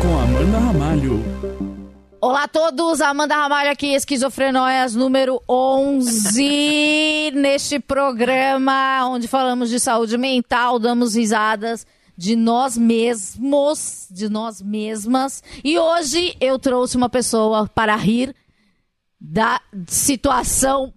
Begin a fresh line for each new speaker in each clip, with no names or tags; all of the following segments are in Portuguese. com Amanda Ramalho.
Olá a todos, Amanda Ramalho aqui, Esquizofrenóias número 11, neste programa onde falamos de saúde mental, damos risadas de nós mesmos, de nós mesmas. E hoje eu trouxe uma pessoa para rir da situação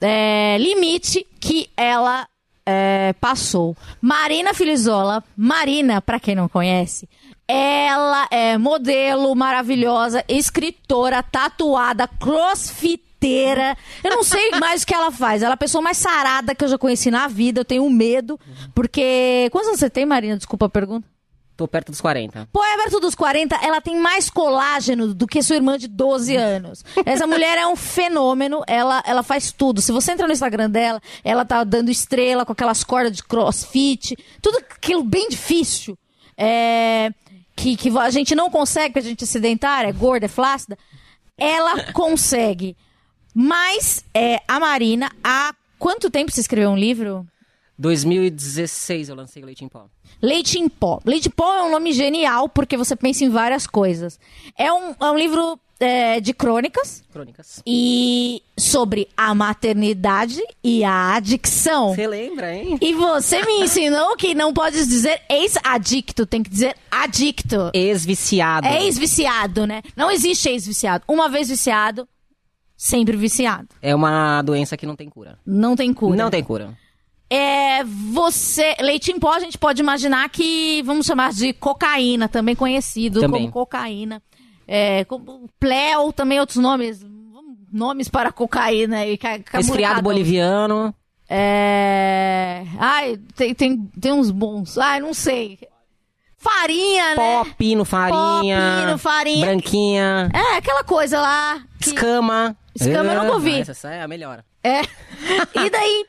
é, limite que ela é, passou. Marina Filizola, Marina, pra quem não conhece, ela é modelo maravilhosa, escritora, tatuada, crossfiteira. Eu não sei mais o que ela faz. Ela é a pessoa mais sarada que eu já conheci na vida. Eu tenho medo, porque. Quantos anos você tem, Marina? Desculpa a pergunta.
Tô perto dos 40.
Pô, é perto dos 40, ela tem mais colágeno do que sua irmã de 12 anos. Essa mulher é um fenômeno, ela, ela faz tudo. Se você entra no Instagram dela, ela tá dando estrela com aquelas cordas de crossfit, tudo aquilo bem difícil. É, que, que a gente não consegue, porque a gente é sedentária, é gorda, é flácida. Ela consegue. Mas é, a Marina, há quanto tempo você escreveu um livro?
2016 eu lancei o Leite em Pó.
Leite em Pó. Leite em Pó é um nome genial porque você pensa em várias coisas. É um, é um livro é, de crônicas
Crônicas.
e sobre a maternidade e a adicção.
Você lembra, hein?
E você me ensinou que não pode dizer ex-adicto, tem que dizer adicto.
Ex-viciado.
É ex-viciado, né? Não existe ex-viciado. Uma vez viciado, sempre viciado.
É uma doença que não tem cura.
Não tem cura.
Não tem cura.
É, você. Leite em pó, a gente pode imaginar que vamos chamar de cocaína, também conhecido
Também.
como cocaína. É, como pleu, também outros nomes. Nomes para cocaína e ca- ca-
Resfriado
molecada.
boliviano.
É. Ai, tem, tem, tem uns bons. Ai, não sei. Farinha, né?
Pó, pino, farinha.
Pó, pino, farinha.
Branquinha.
É, aquela coisa lá. que-
Escama.
Escama eu nunca
Ah,
ouvi.
Essa é a melhor.
É. E daí,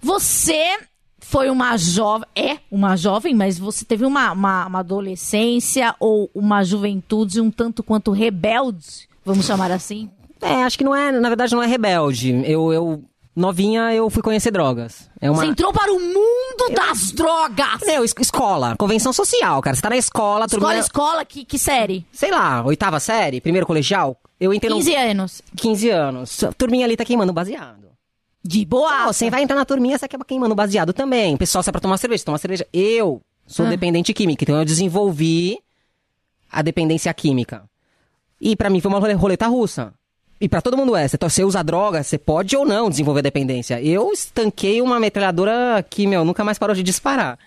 você foi uma jovem, é uma jovem, mas você teve uma, uma, uma adolescência ou uma juventude um tanto quanto rebelde, vamos chamar assim?
É, acho que não é, na verdade, não é rebelde. Eu, eu novinha, eu fui conhecer drogas. É uma...
Você entrou para o mundo das drogas!
Meu, es- escola, convenção social, cara. Você tá na escola,
Escola,
turminha-
escola, que, que série?
Sei lá, oitava série, primeiro colegial. Eu entrei no
15 anos.
15 anos. Turminha ali tá queimando baseado.
De boa.
Ah, você vai entrar na turminha, você acaba queimando baseado também. O pessoal sai pra tomar cerveja, toma cerveja. Eu sou
Ah.
dependente química, então eu desenvolvi a dependência química. E pra mim foi uma role- roleta russa. E pra todo mundo é. Você to- Você usa droga, você pode ou não desenvolver dependência. Eu estanquei uma metralhadora que, meu, nunca mais parou de disparar.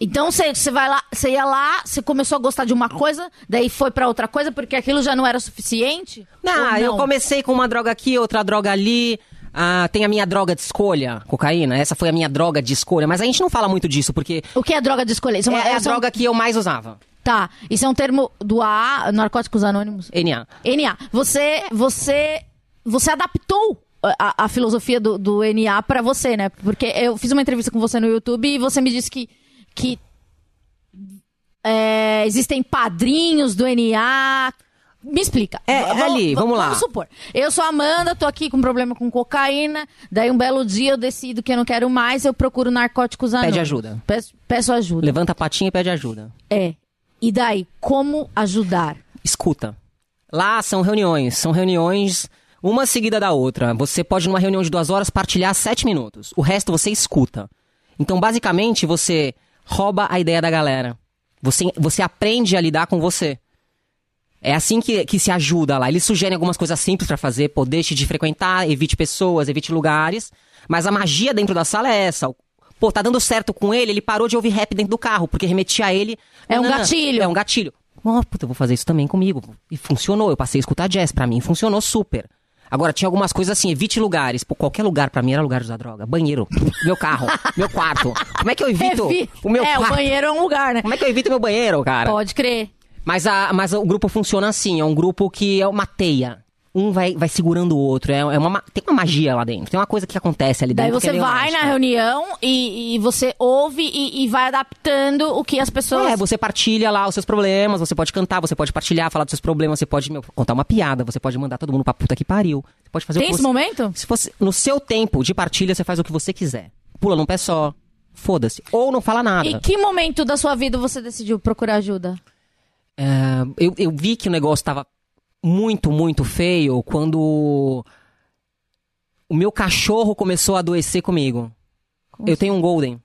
Então você, você vai lá, você ia lá, você começou a gostar de uma coisa, daí foi para outra coisa porque aquilo já não era suficiente? Ou
Não, Ah, eu comecei com uma droga aqui, outra droga ali. Ah, tem a minha droga de escolha, cocaína. Essa foi a minha droga de escolha. Mas a gente não fala muito disso, porque
O que é droga de escolher? Isso
é,
uma-
é a
isso um-
droga que eu mais usava.
Tá, isso é um termo do AA, Narcóticos Anônimos.
NA.
NA. Você, você, você adaptou a- a, a filosofia do, do NA pra você, né? Porque eu fiz uma entrevista com você no YouTube e você me disse que, que é, existem padrinhos do NA. Me explica.
É, é
Vamos-
ali, vamos lá.
Vamos supor. Eu sou a Amanda, tô aqui com problema com cocaína. Daí um belo dia eu decido que eu não quero mais, eu procuro narcóticos anônimos.
ajuda.
Peço, peço ajuda.
Levanta a patinha e pede ajuda.
É. E daí, como ajudar?
Escuta. Lá são reuniões. São reuniões uma seguida da outra. Você pode, numa reunião de duas horas, partilhar sete minutos. O resto você escuta. Então, basicamente, você rouba a ideia da galera. Você, você aprende a lidar com você. É assim que, que se ajuda lá. Eles sugerem algumas coisas simples pra fazer, pô, deixe de frequentar, evite pessoas, evite lugares. Mas a magia dentro da sala é essa. Pô, tá dando certo com ele, ele parou de ouvir rap dentro do carro, porque remetia a ele.
É um
Nananã.
gatilho.
É um gatilho. Ó, puta, eu vou fazer isso também comigo. E funcionou, eu passei a escutar jazz, pra mim funcionou super. Agora, tinha algumas coisas assim, evite lugares. Pô, qualquer lugar pra mim era lugar de usar droga. Banheiro, meu carro, meu quarto. Como é que eu evito
Revi-
o meu
é, o
quarto?
banheiro é um lugar, né?
Como é que eu evito meu banheiro, cara?
Pode crer.
Mas, a, mas o grupo funciona assim, é um grupo que é uma teia. um vai, vai segurando o outro. É, é uma, ma- tem uma magia lá dentro. Tem uma coisa que acontece ali
Daí
dentro. que
você
é meio
vai
mágica.
na reunião e, e você ouve e, e vai adaptando o que as pessoas.
É, você partilha lá os seus problemas, você pode cantar, você pode partilhar, falar dos seus problemas, você pode meu, contar uma piada, você pode mandar todo mundo pra puta que pariu. Você pode fazer o
Tem
que
esse
você-
momento?
Se fosse no seu tempo de partilha, você faz o que você quiser. Pula num pé só. Foda-se. Ou não fala nada.
E que momento da sua vida você decidiu procurar ajuda?
É, eu, eu vi que o negócio tava muito, muito feio quando o meu cachorro começou a adoecer comigo. eu tenho um Golden.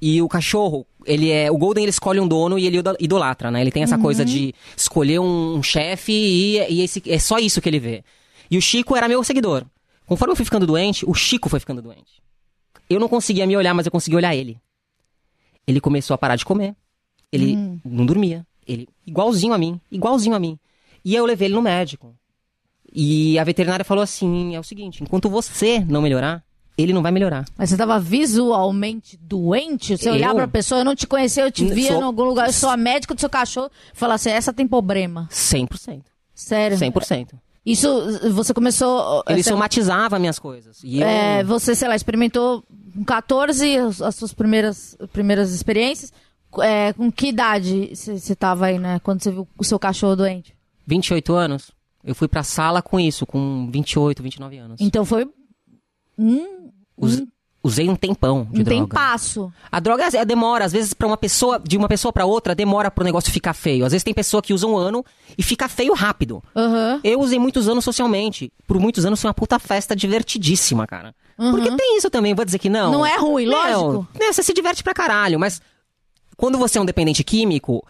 E o cachorro, ele é. O Golden ele escolhe um dono e ele ido- idolatra, né? Ele tem essa coisa de escolher um, um chefe e, e esse- é só isso que ele vê. E o Chico era meu seguidor. Conforme eu fui ficando doente, o Chico foi ficando doente. Eu não conseguia me olhar, mas eu conseguia olhar ele. Ele começou a parar de comer. Ele
Hum.
não dormia. Ele, igualzinho a mim, igualzinho a mim. E eu levei ele no médico. E a veterinária falou assim: é o seguinte, enquanto você não melhorar, ele não vai melhorar.
Mas você tava visualmente doente? Você
Eu?
olhava pra pessoa, eu não te conhecia, eu te
N-
via
sou-
em algum lugar, eu sou a médica do seu cachorro. Falar assim, essa tem problema.
100%.
Sério.
100%.
Isso, você começou...
Ele
você,
somatizava minhas coisas. E eu,
é, você, sei lá, experimentou com 14 as, as suas primeiras, primeiras experiências. É, com que idade você você tava aí, né? Quando você viu o seu cachorro doente?
28 anos, eu fui pra sala com isso, com 28, 29 anos.
Então foi
Us- Usei um tempão de
um
droga.
tempasso.
A droga é, demora, às vezes para uma pessoa, de uma pessoa pra outra, demora pro negócio ficar feio. Às vezes tem pessoa que usa um ano e fica feio rápido.
Aham.
Eu usei muitos anos socialmente. Por muitos anos foi uma puta festa divertidíssima, cara. Porque tem isso também, vou dizer que não.
Uhum. Não é ruim, lógico.
Não, né, você se diverte pra caralho, mas quando você é um dependente químico,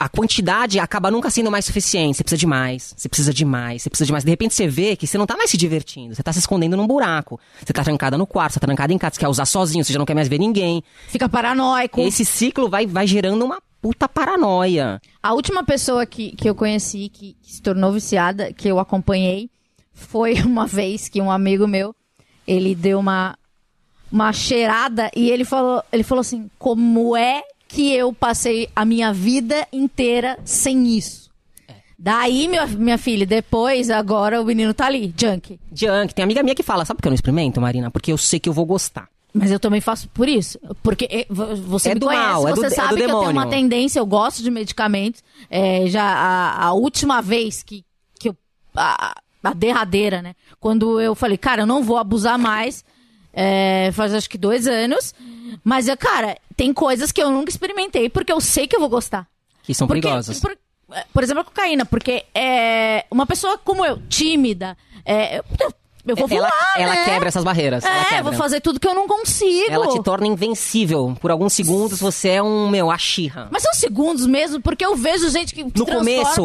a quantidade acaba nunca sendo mais suficiente. Você precisa de mais, você precisa de mais, você precisa de mais. De repente você vê que você não tá mais se divertindo, você tá se escondendo num buraco. Você tá trancada no quarto, você tá trancada em casa, você quer usar sozinho, você já não quer mais ver ninguém.
Fica paranoico.
Esse ciclo vai, vai gerando uma puta paranoia.
A última pessoa que, que eu conheci que, que se tornou viciada, que eu acompanhei, foi uma vez que um amigo meu, ele deu uma, uma cheirada e ele falou, ele falou assim, como é que eu passei a minha vida inteira sem isso? Daí, minha, minha filha, depois, agora o menino tá ali, junk.
Junk, tem amiga minha que fala, sabe por que eu não experimento, Marina? Porque eu sei que eu vou gostar.
Mas eu também faço por isso. Porque eh, vo- você
É
me
do
conhece,
mal, é do-
você
é do
sabe que eu tenho
demônio.
uma tendência, eu gosto de medicamentos. É, já a, a última vez que, que eu. A, a derradeira, né? Quando eu falei, cara, eu não vou abusar mais. é, faz acho que dois anos. Mas, eh, cara, tem coisas que eu nunca experimentei porque eu sei que eu vou gostar.
Que são
Porque,
perigosas.
Por, é, por exemplo, a cocaína, porque é, uma pessoa como eu, tímida, é, eu, eu vou
ela,
voar,
ela
né?
quebra essas barreiras. ela
É,
quebra.
vou fazer tudo que eu não consigo.
Ela te torna invencível. Por alguns segundos você é um, meu, a xirra.
Mas são segundos mesmo, porque eu vejo gente que
No
transforma.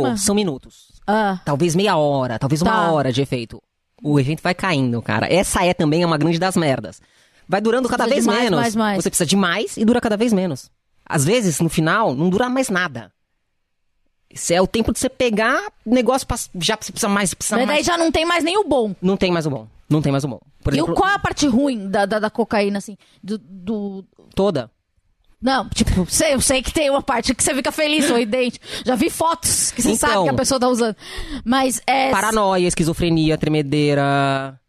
começo, são minutos.
Ah,
Talvez meia hora, talvez uma
Tá.
hora de efeito. O efeito vai caindo, cara. Essa é também uma grande das merdas. Vai durando cada
precisa
vez
de mais,
menos.
mais, mais.
Você precisa de mais e dura cada vez menos. Às vezes, no final, não dura mais nada. Isso é o tempo de você pegar o negócio, pra- já você precisa mais, precisa
mas daí
mais.
já não tem mais nem o bom.
Não tem mais o bom. Não tem mais o bom. Por
E
exemplo,
o- qual é a parte ruim da, da, da cocaína, assim? Do, do-
toda.
Não, tipo, sei, eu sei que tem uma parte que você fica feliz, sorridente. Já vi fotos que você
Então.
sabe que a pessoa tá usando. Mas é.
Paranoia, esquizofrenia, tremedeira,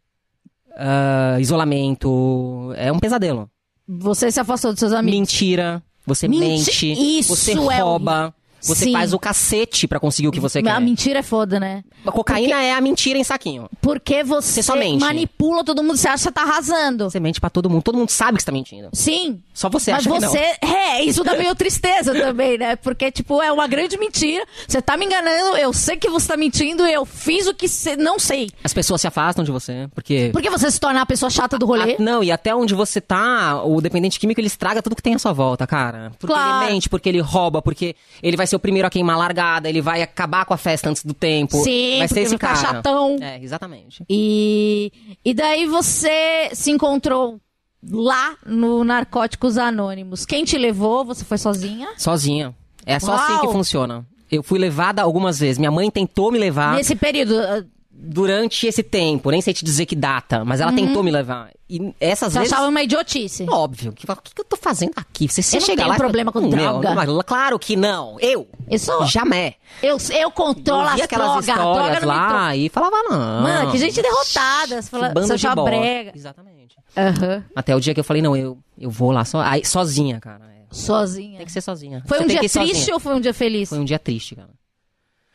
ah, isolamento. É um pesadelo.
Você se afastou dos seus amigos.
Mentira. Você
Menti-
mente.
Isso
você
é horrível.
rouba. Você
Sim.
faz o cacete pra conseguir o que você quer.
a mentira é foda, né?
A cocaína é a mentira em saquinho.
Porque você,
só mente.
manipula todo mundo, você acha que você tá arrasando.
Você mente pra todo mundo. Todo mundo sabe que você tá mentindo.
Sim.
Só você
Mas
acha que não.
você. É, isso dá meio tristeza também, né? Porque, tipo, é uma grande mentira. Você tá me enganando, eu sei que você tá mentindo, eu fiz o que você. Não sei.
As pessoas se afastam de você, porque...
Por que você se torna a pessoa chata do rolê?
A- Ah, não, e até onde você tá, o dependente químico, ele estraga tudo que tem à sua volta, cara. Porque
Claro.
ele mente, porque ele rouba, porque ele vai ser o primeiro a queimar a largada, ele vai acabar com a festa antes do tempo.
Sim,
vai
porque
ser esse
vai
cara.
ficar chatão.
É, exatamente.
E, e daí você se encontrou lá no Narcóticos Anônimos. Quem te levou? Você foi sozinha?
Sozinha. É só
Uau.
assim que funciona. Eu fui levada algumas vezes. Minha mãe tentou me levar.
Nesse período. ah,
durante esse tempo, nem sei te dizer que data, mas ela tentou me levar. E essas
Uhum. Você
vezes. é
achava uma idiotice.
Óbvio. O que, que, que eu tô fazendo aqui? Você, você
Eu não
chega
tenho
lá e fala,
problema com
"Hum,
droga."
Meu, mas claro que não. Eu.
Eu sou-
Jamais.
Eu, eu
Eu
controlo as
via aquelas
drogas, a droga
histórias
não me
lá
tro-
e falava, não.
Mano, que gente derrotada. Você fala,
Que Ah. bando
você
de
achava
bosta.
brega.
Exatamente.
Aham.
Até o dia que eu falei, não, eu, eu vou lá so, aí, sozinha, cara. É,
Sozinha.
Tem que ser sozinha.
Foi
Você
um
tem
dia
que ir
triste
sozinha.
ou foi um dia feliz?
Foi um dia triste, cara.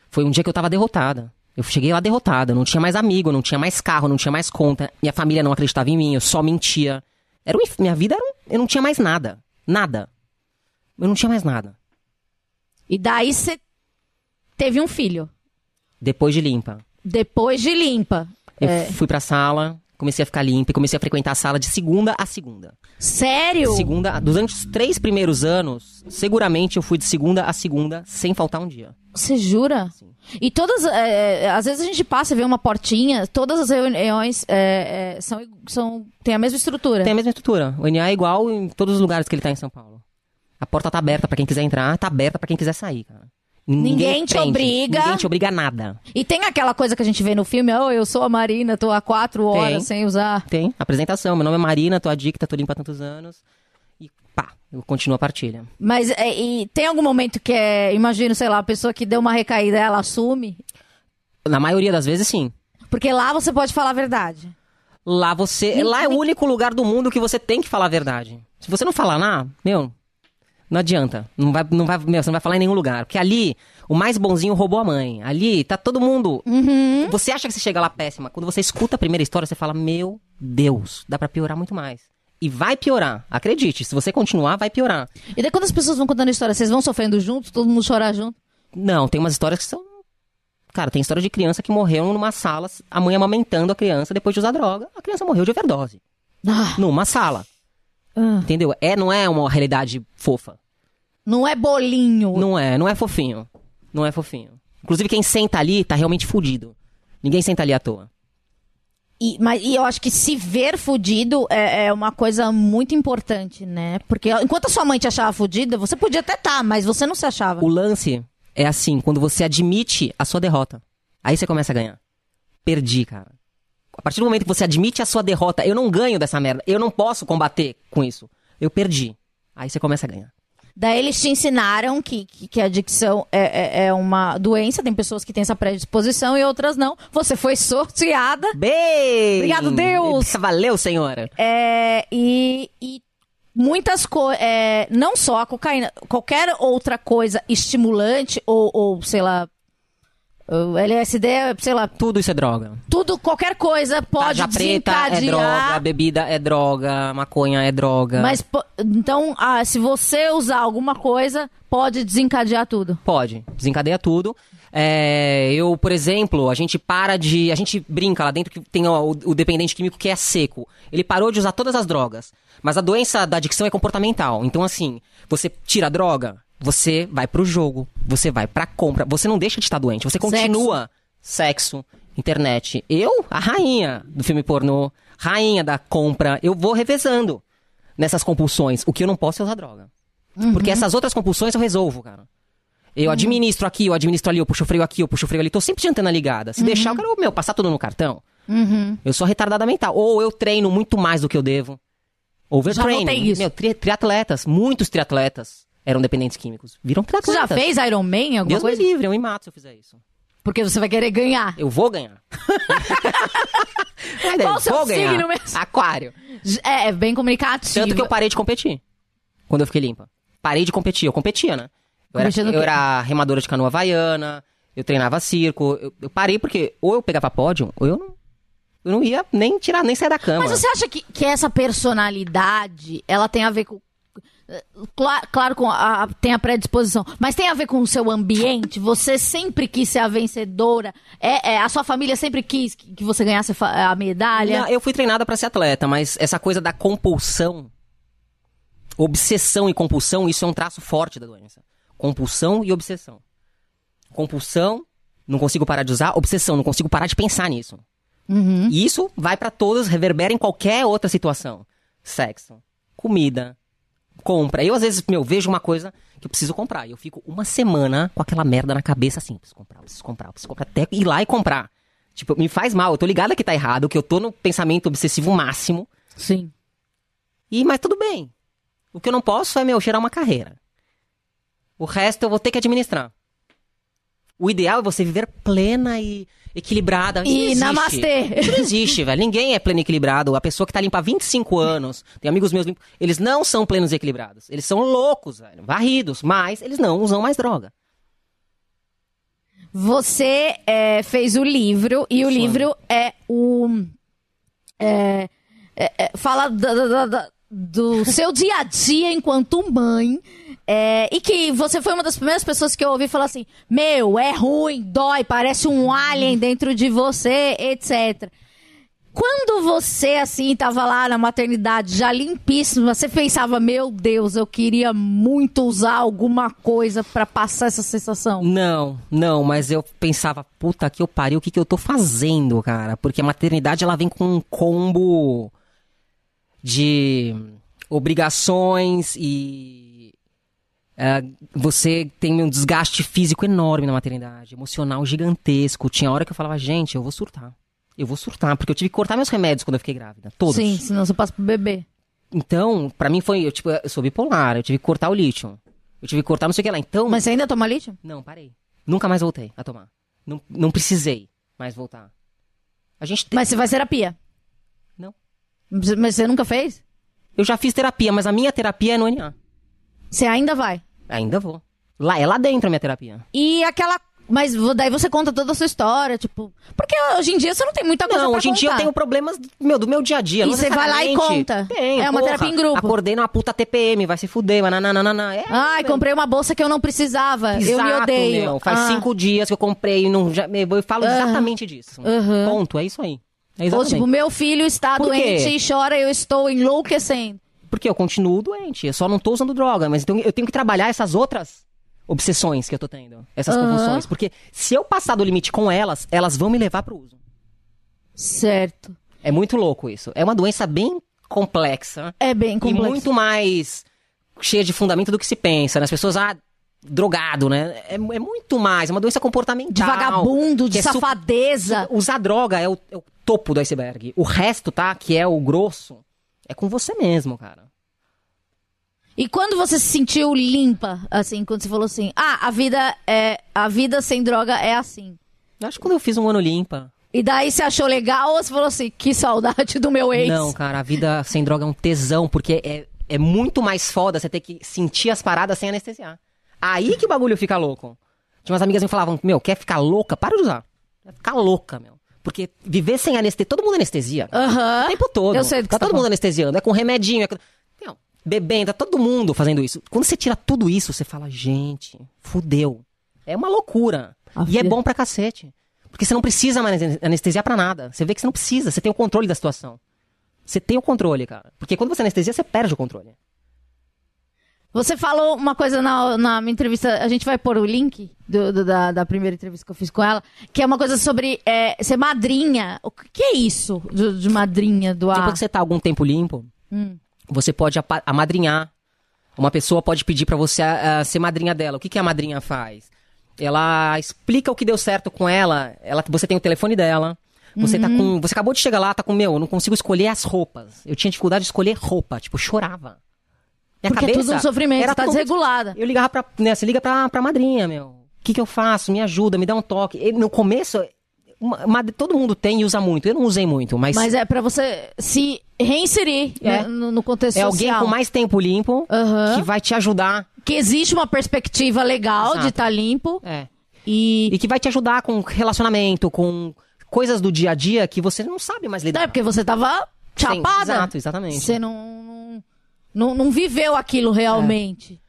Foi um dia que eu tava derrotada. Eu cheguei lá derrotada. eu Não tinha mais amigo, eu não tinha mais carro, eu não tinha mais conta. Minha família não acreditava em mim, eu só mentia. Era um inf- minha vida era um... Eu não tinha mais nada. Nada. Eu não tinha mais nada.
E daí você teve um filho.
Depois de limpa.
Depois de limpa.
Eu
É.
fui pra sala, comecei a ficar limpa e comecei a frequentar a sala de segunda a segunda.
Sério?
Segunda, durante os três primeiros anos, seguramente eu fui de segunda a segunda, sem faltar um dia.
Você jura? E todas. é, é, às vezes a gente passa e vê uma portinha, todas as reuniões é, é, são, igu- são. Tem a mesma estrutura.
Tem a mesma estrutura. O NA é igual em todos os lugares que ele tá em São Paulo. A porta tá aberta pra quem quiser entrar, tá aberta pra quem quiser sair, cara.
Ninguém te
prende,
obriga.
Ninguém te obriga a nada.
E tem aquela coisa que a gente vê no filme, oh, eu sou a Marina, tô há quatro
Tem.
horas sem usar.
Tem apresentação. Meu nome é Marina, tô adicta, tô limpa há tantos anos. E pá, eu continuo a partilha.
Mas é, e tem algum momento que é. Imagino, sei lá, a pessoa que deu uma recaída, ela assume.
Na maioria das vezes, sim.
Porque lá você pode falar a verdade.
Lá você.
Ninguém-
lá é o único lugar do mundo que você tem que falar a verdade. Se você não falar lá, meu, não adianta. Não vai, não vai, meu, você não vai falar em nenhum lugar. Porque ali, o mais bonzinho roubou a mãe. Ali tá todo mundo. Você acha que você chega lá péssima. Quando você escuta a primeira história, você fala, meu Deus, dá pra piorar muito mais. E vai piorar. Acredite, se você continuar, vai piorar.
E daí quando as pessoas vão contando história, vocês vão sofrendo juntos, todo mundo chorar junto.
Não, tem umas histórias que são. Cara, tem história de criança que morreu numa sala, a mãe amamentando a criança depois de usar droga. A criança morreu de overdose.
Ah,
Numa sala.
ah.
Entendeu? É, não é uma realidade fofa.
Não é bolinho.
Não é, não é fofinho. Não é fofinho. Inclusive, quem senta ali tá realmente fudido. Ninguém senta ali à toa.
E, mas e eu acho que se ver fudido é, é uma coisa muito importante, né? Porque enquanto a sua mãe te achava fudida, você podia até estar, mas você não se achava.
O lance é assim, quando você admite a sua derrota. Aí você começa a ganhar. Perdi, cara. A partir do momento que você admite a sua derrota, eu não ganho dessa merda. Eu não posso combater com isso. Eu perdi. Aí você começa a ganhar.
Daí eles te ensinaram que, que, que a adicção é, é, é uma doença, tem pessoas que têm essa predisposição e outras não. Você foi sorteada
Bem!
Obrigado, Deus!
Valeu, senhora!
é, e, e muitas coisas. não só a cocaína, qualquer outra coisa estimulante ou, ou sei lá. o LSD, sei lá,
Tudo isso é droga.
tudo, qualquer coisa pode
Tarja preta é droga,
desencadear.
bebida é droga, maconha é droga.
mas po- então, ah, se você usar alguma coisa, pode desencadear tudo.
Pode, desencadeia tudo. É, eu, por exemplo, a gente para de. A gente brinca lá dentro que tem ó, o, o dependente químico que é seco. Ele parou de usar todas as drogas. Mas a doença da adicção é comportamental. Então, assim, você tira a droga, você vai pro jogo, você vai pra compra, você não deixa de estar doente, você continua. Sexo, internet. Eu, a rainha do filme pornô, rainha da compra, eu vou revezando nessas compulsões. O que eu não posso é usar droga. Porque essas outras compulsões eu resolvo, cara.
Uhum.
Eu administro aqui, eu administro ali, eu puxo o freio aqui, eu puxo o freio ali. Tô sempre de antena ligada.
Uhum.
Se deixar, eu quero, meu, passar tudo no cartão. Eu sou retardada mental. Ou eu treino muito mais do que eu devo. Overtraining.
notei isso.
Meu, tri- triatletas, muitos triatletas eram dependentes químicos. Viram
Você já
triatletas.
fez Iron Man, alguma
Deus
coisa?
me livre, eu me mato se eu fizer isso.
Porque você vai querer ganhar.
Eu vou ganhar. Mas eu
Qual o seu
vou ganhar.
signo mesmo?
Aquário.
É, é bem comunicativo.
Tanto que eu parei de competir. Quando eu fiquei limpa. Parei de competir. Eu competia, né? Eu era,
Competia no
eu
quê?
era remadora de canoa havaiana, eu treinava circo. Eu, eu parei porque ou eu pegava pódio, ou eu não, eu não ia nem tirar, nem sair da cama.
Mas você acha que, que essa personalidade, ela tem a ver com... Cla- Claro, com a, a- tem a predisposição, mas tem a ver com o seu ambiente? Você sempre quis ser a vencedora? É, é, a sua família sempre quis que, que você ganhasse a fa- a medalha?
Não, eu fui treinada pra ser atleta, mas essa coisa da compulsão, obsessão e compulsão, isso é um traço forte da doença. Compulsão e obsessão. Compulsão, não consigo parar de usar. Obsessão, não consigo parar de pensar nisso.
Uhum.
E isso vai pra todos, reverbera em qualquer outra situação. Sexo, comida, compra. Eu, às vezes, meu, vejo uma coisa que eu preciso comprar. E eu fico uma semana com aquela merda na cabeça assim. Preciso comprar, preciso comprar, preciso comprar. Até ir lá e comprar. Tipo, me faz mal, eu tô ligada que tá errado, que eu tô no pensamento obsessivo máximo.
Sim.
E, mas tudo bem. O que eu não posso é, meu, gerar uma carreira. O resto eu vou ter que administrar. O ideal é você viver plena e equilibrada. Isso não
E
existe.
namastê.
Isso não existe, velho. Ninguém é pleno e equilibrado. A pessoa que tá limpa há 25 anos, tem amigos meus limpos, eles não são plenos e equilibrados. Eles são loucos, velho. Varridos, mas eles não usam mais droga.
Você é, fez o livro e o
Sim.
livro é o. é, é, é, fala da- da- da- da- do seu dia a dia enquanto mãe. é, e que você foi uma das primeiras pessoas que eu ouvi falar assim: Meu, é ruim, dói, parece um alien dentro de você, etc. Quando você, assim, tava lá na maternidade, já limpíssima, você pensava: Meu Deus, eu queria muito usar alguma coisa pra passar essa sensação?
Não, não, mas eu pensava, puta que eu pariu, o que que eu tô fazendo, cara? Porque a maternidade ela vem com um combo de obrigações e é, você tem um desgaste físico enorme na maternidade, emocional gigantesco. Tinha hora que eu falava, gente, eu vou surtar. Eu vou surtar, porque eu tive que cortar meus remédios quando eu fiquei grávida. Todos.
Sim, senão você passa pro bebê.
Então, pra mim foi, eu, tipo, eu sou bipolar, eu tive que cortar o lítio. Eu tive que cortar não sei o que lá. Então,
Mas você ainda toma lítio?
não, parei. Nunca mais voltei a tomar. Não, não precisei mais voltar. A gente tem...
Mas você faz terapia?
Não.
Mas você nunca fez?
Eu já fiz terapia, mas a minha terapia é no NA.
Você ainda vai.
Ainda vou. Lá, é lá dentro a minha terapia.
E aquela. Mas vo- daí você conta toda a sua história, tipo. Porque hoje em dia você não tem muita coisa
Não,
pra
hoje em dia eu
contar.
tenho problemas do meu, do meu dia a dia.
E
não
você vai lá e
necessariamente.
conta.
Tem,
É uma
porra.
terapia em grupo.
Acordei numa puta TPM, vai se fuder, nananana. É,
Ai,
meu.
comprei uma bolsa que eu não precisava. eu me
Exato,
odeio.
meu. Faz
Ah.
cinco dias que eu comprei e não... Já, eu falo
Aham.
exatamente disso.
Aham.
Ponto, é isso aí. É
Ou
exatamente.
tipo, meu filho está
Por quê?
doente e chora, eu estou enlouquecendo.
Porque eu continuo doente, eu só não tô usando droga, mas então eu tenho que trabalhar essas outras obsessões que eu tô tendo, essas
Aham.
convulsões, porque se eu passar do limite com elas, elas vão me levar pro uso.
Certo.
É muito louco isso. É uma doença bem complexa
É bem
e
complexo.
muito mais cheia de fundamento do que se pensa. Né? As pessoas, ah, drogado, né? É, é muito mais, é uma doença comportamental.
De vagabundo, de
que é su-
safadeza.
Usar droga é o, é o topo do iceberg. O resto, tá? Que é o grosso, é com você mesmo, cara.
E quando você se sentiu limpa, assim, quando você falou assim, ah, a vida é. A vida sem droga é assim.
Eu acho que quando eu fiz um ano limpa,
E daí você achou legal ou você falou assim, que saudade do meu ex?
Não, cara, a vida sem droga é um tesão, porque é, é muito mais foda você ter que sentir as paradas sem anestesiar. Aí que o bagulho fica louco. Tinha umas amigas que me falavam, meu, quer ficar louca? Para de usar. Vai ficar louca, meu. Porque viver sem anestesia, todo mundo anestesia. cara.
Aham.
O tempo todo.
Eu sei do que
Tá
você tá
todo mundo
falando.
anestesiando, é com remedinho, é com... Não, bebendo, tá todo mundo fazendo isso. Quando você tira tudo isso, você fala, gente, fudeu. É uma loucura.
A
e é
vida.
bom pra cacete. Porque você não precisa mais anestesiar pra nada. Você vê que você não precisa, você tem o controle da situação. Você tem o controle, cara. Porque quando você anestesia, você perde o controle.
Você falou uma coisa na, na minha entrevista, a gente vai pôr o link do- do- da, da primeira entrevista que eu fiz com ela, que é uma coisa sobre é, ser madrinha. O que que é isso de, de madrinha do ar?
Depois que você tá algum tempo limpo,
Hum.
você pode apa- amadrinhar. Uma pessoa pode pedir pra você ah, ser madrinha dela. O que, que a madrinha faz? Ela explica o que deu certo com ela. ela você tem o telefone dela. Você tá
Uhum.
com. Você acabou de chegar lá, tá com meu, eu não consigo escolher as roupas. Eu tinha dificuldade de escolher roupa, tipo, eu chorava. Minha
Porque é tudo um sofrimento,
era
você tá
tudo-
desregulada.
Eu ligava pra. Né, você liga pra, pra madrinha, meu. O que, que eu faço? Me ajuda, me dá um toque. E no começo, uma- uma- todo mundo tem e usa muito. Eu não usei muito,
Mas é pra você se reinserir
É.
né, no, no contexto
É alguém
social.
com mais tempo limpo
Aham.
que vai te ajudar.
Que existe uma perspectiva legal de
Exato.
estar limpo
É.
e...
E que vai te ajudar com relacionamento, com coisas do dia a dia que você não sabe mais
Não,
lidar.
é porque você tava
Sim,
chapada.
exato, exatamente.
Você não, não, não, não viveu aquilo realmente.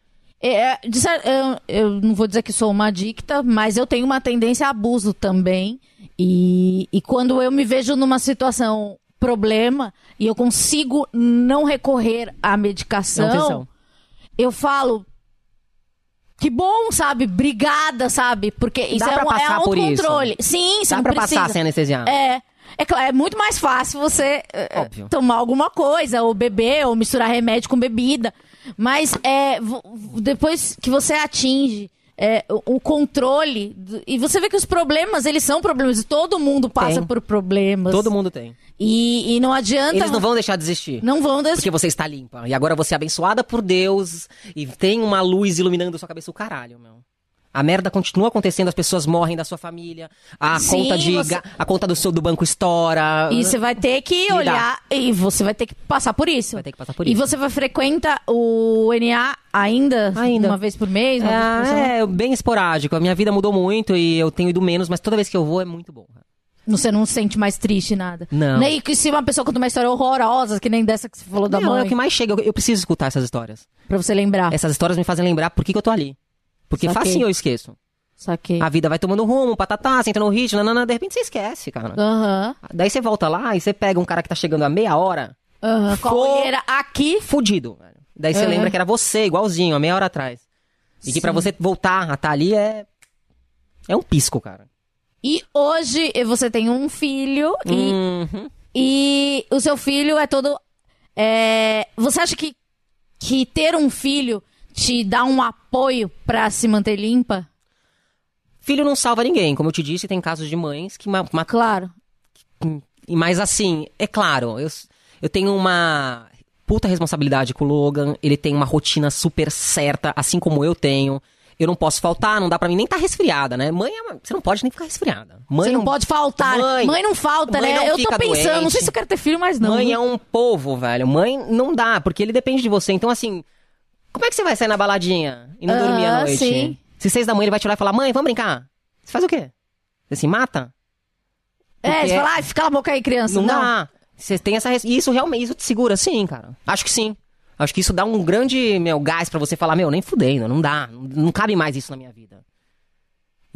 É, é, de cer- eu, eu não vou dizer que sou uma adicta, mas eu tenho uma tendência a abuso também. E, e quando eu me vejo numa situação problema e eu consigo não recorrer à medicação,
Não, tesão.
eu falo. Que bom, sabe? Obrigada, sabe? Porque isso
pra
é um, é
passar
um
por isso.
controle. Sim, você
Dá
não
pra
precisa.
passar sem anestesiar.
É. É claro, é muito mais fácil você é, é,
Óbvio.
tomar alguma coisa, ou beber, ou misturar remédio com bebida. Mas é, vo- depois que você atinge é, o o controle. do- E você vê que os problemas, eles são problemas. E todo mundo passa
Tem.
por problemas.
Todo mundo tem.
E, e não adianta.
Eles não vão deixar de existir.
Então, Não vão des-
Porque você está limpa. E agora você é abençoada por Deus. E tem uma luz iluminando a sua cabeça. O caralho, meu. A merda continua acontecendo, as pessoas morrem da sua família. A
Sim,
conta de
você-
ga- a conta do seu do banco estoura.
E você vai ter que
Lidar.
olhar e você vai ter que passar por isso.
Vai ter que passar por
e
isso.
você vai frequenta o NA ainda,
Ainda.
uma vez por mês, uma vez por
Ah,
semana?
é, eu- bem esporádico. A minha vida mudou muito e eu tenho ido menos, mas toda vez que eu vou é muito bom.
Você não se sente mais triste nada.
Não.
Nem que se uma pessoa conta uma história horrorosa, que nem dessa que você falou da
Não,
mãe, Ah.
é o que mais chega. Eu, eu preciso escutar essas histórias.
pra você lembrar.
Essas histórias me fazem lembrar por que, que eu tô ali. Porque
Saquei.
facinho eu esqueço.
Saquei.
A vida vai tomando rumo, patatá, você entra no ritmo, nanana, de repente você esquece, cara.
Aham.
Daí você volta lá e você pega um cara que tá chegando a meia hora,
Aham. Com a
Fo-
olheira aqui.
fudido. velho. Daí você
É.
lembra que era você, igualzinho, a meia hora atrás. E que pra você voltar a tá ali é. É um pisco, cara.
E hoje você tem um filho e
Uhum.
E o seu filho é todo. é, você acha que, que ter um filho te dá um apoio pra se manter limpa?
Filho não salva ninguém, como eu te disse, tem casos de mães que ma- ma-
Claro.
E- Mas assim, é claro, eu, s- eu tenho uma puta responsabilidade com o Logan, ele tem uma rotina super certa, assim como eu tenho. Eu não posso faltar, não dá pra mim nem estar resfriada, né? Mãe, é uma- você não pode nem ficar resfriada. Mãe é um
você não, pode faltar.
Mãe-
não falta,
Mãe
né?
não
eu tô
fica
pensando, não sei
doente.
se eu quero ter filho, mas não. né?
Mãe é um povo, velho. Mãe não dá, porque ele depende de você. Então, assim, como é que você vai sair na baladinha e não dormir à
Ah,
noite?
sim.
Se seis da manhã ele vai te olhar e falar, mãe, vamos brincar. Você faz o quê? Você se mata?
É,
porque-
você fala, ai, fica a boca aí, criança.
Não,
Não,
dá. Você tem essa. res- e Isso realmente isso te segura, sim, cara. Acho que sim. Acho que isso dá um grande meu, gás pra você falar: Meu, nem fudei, não, não dá. Não, não cabe mais isso na minha vida.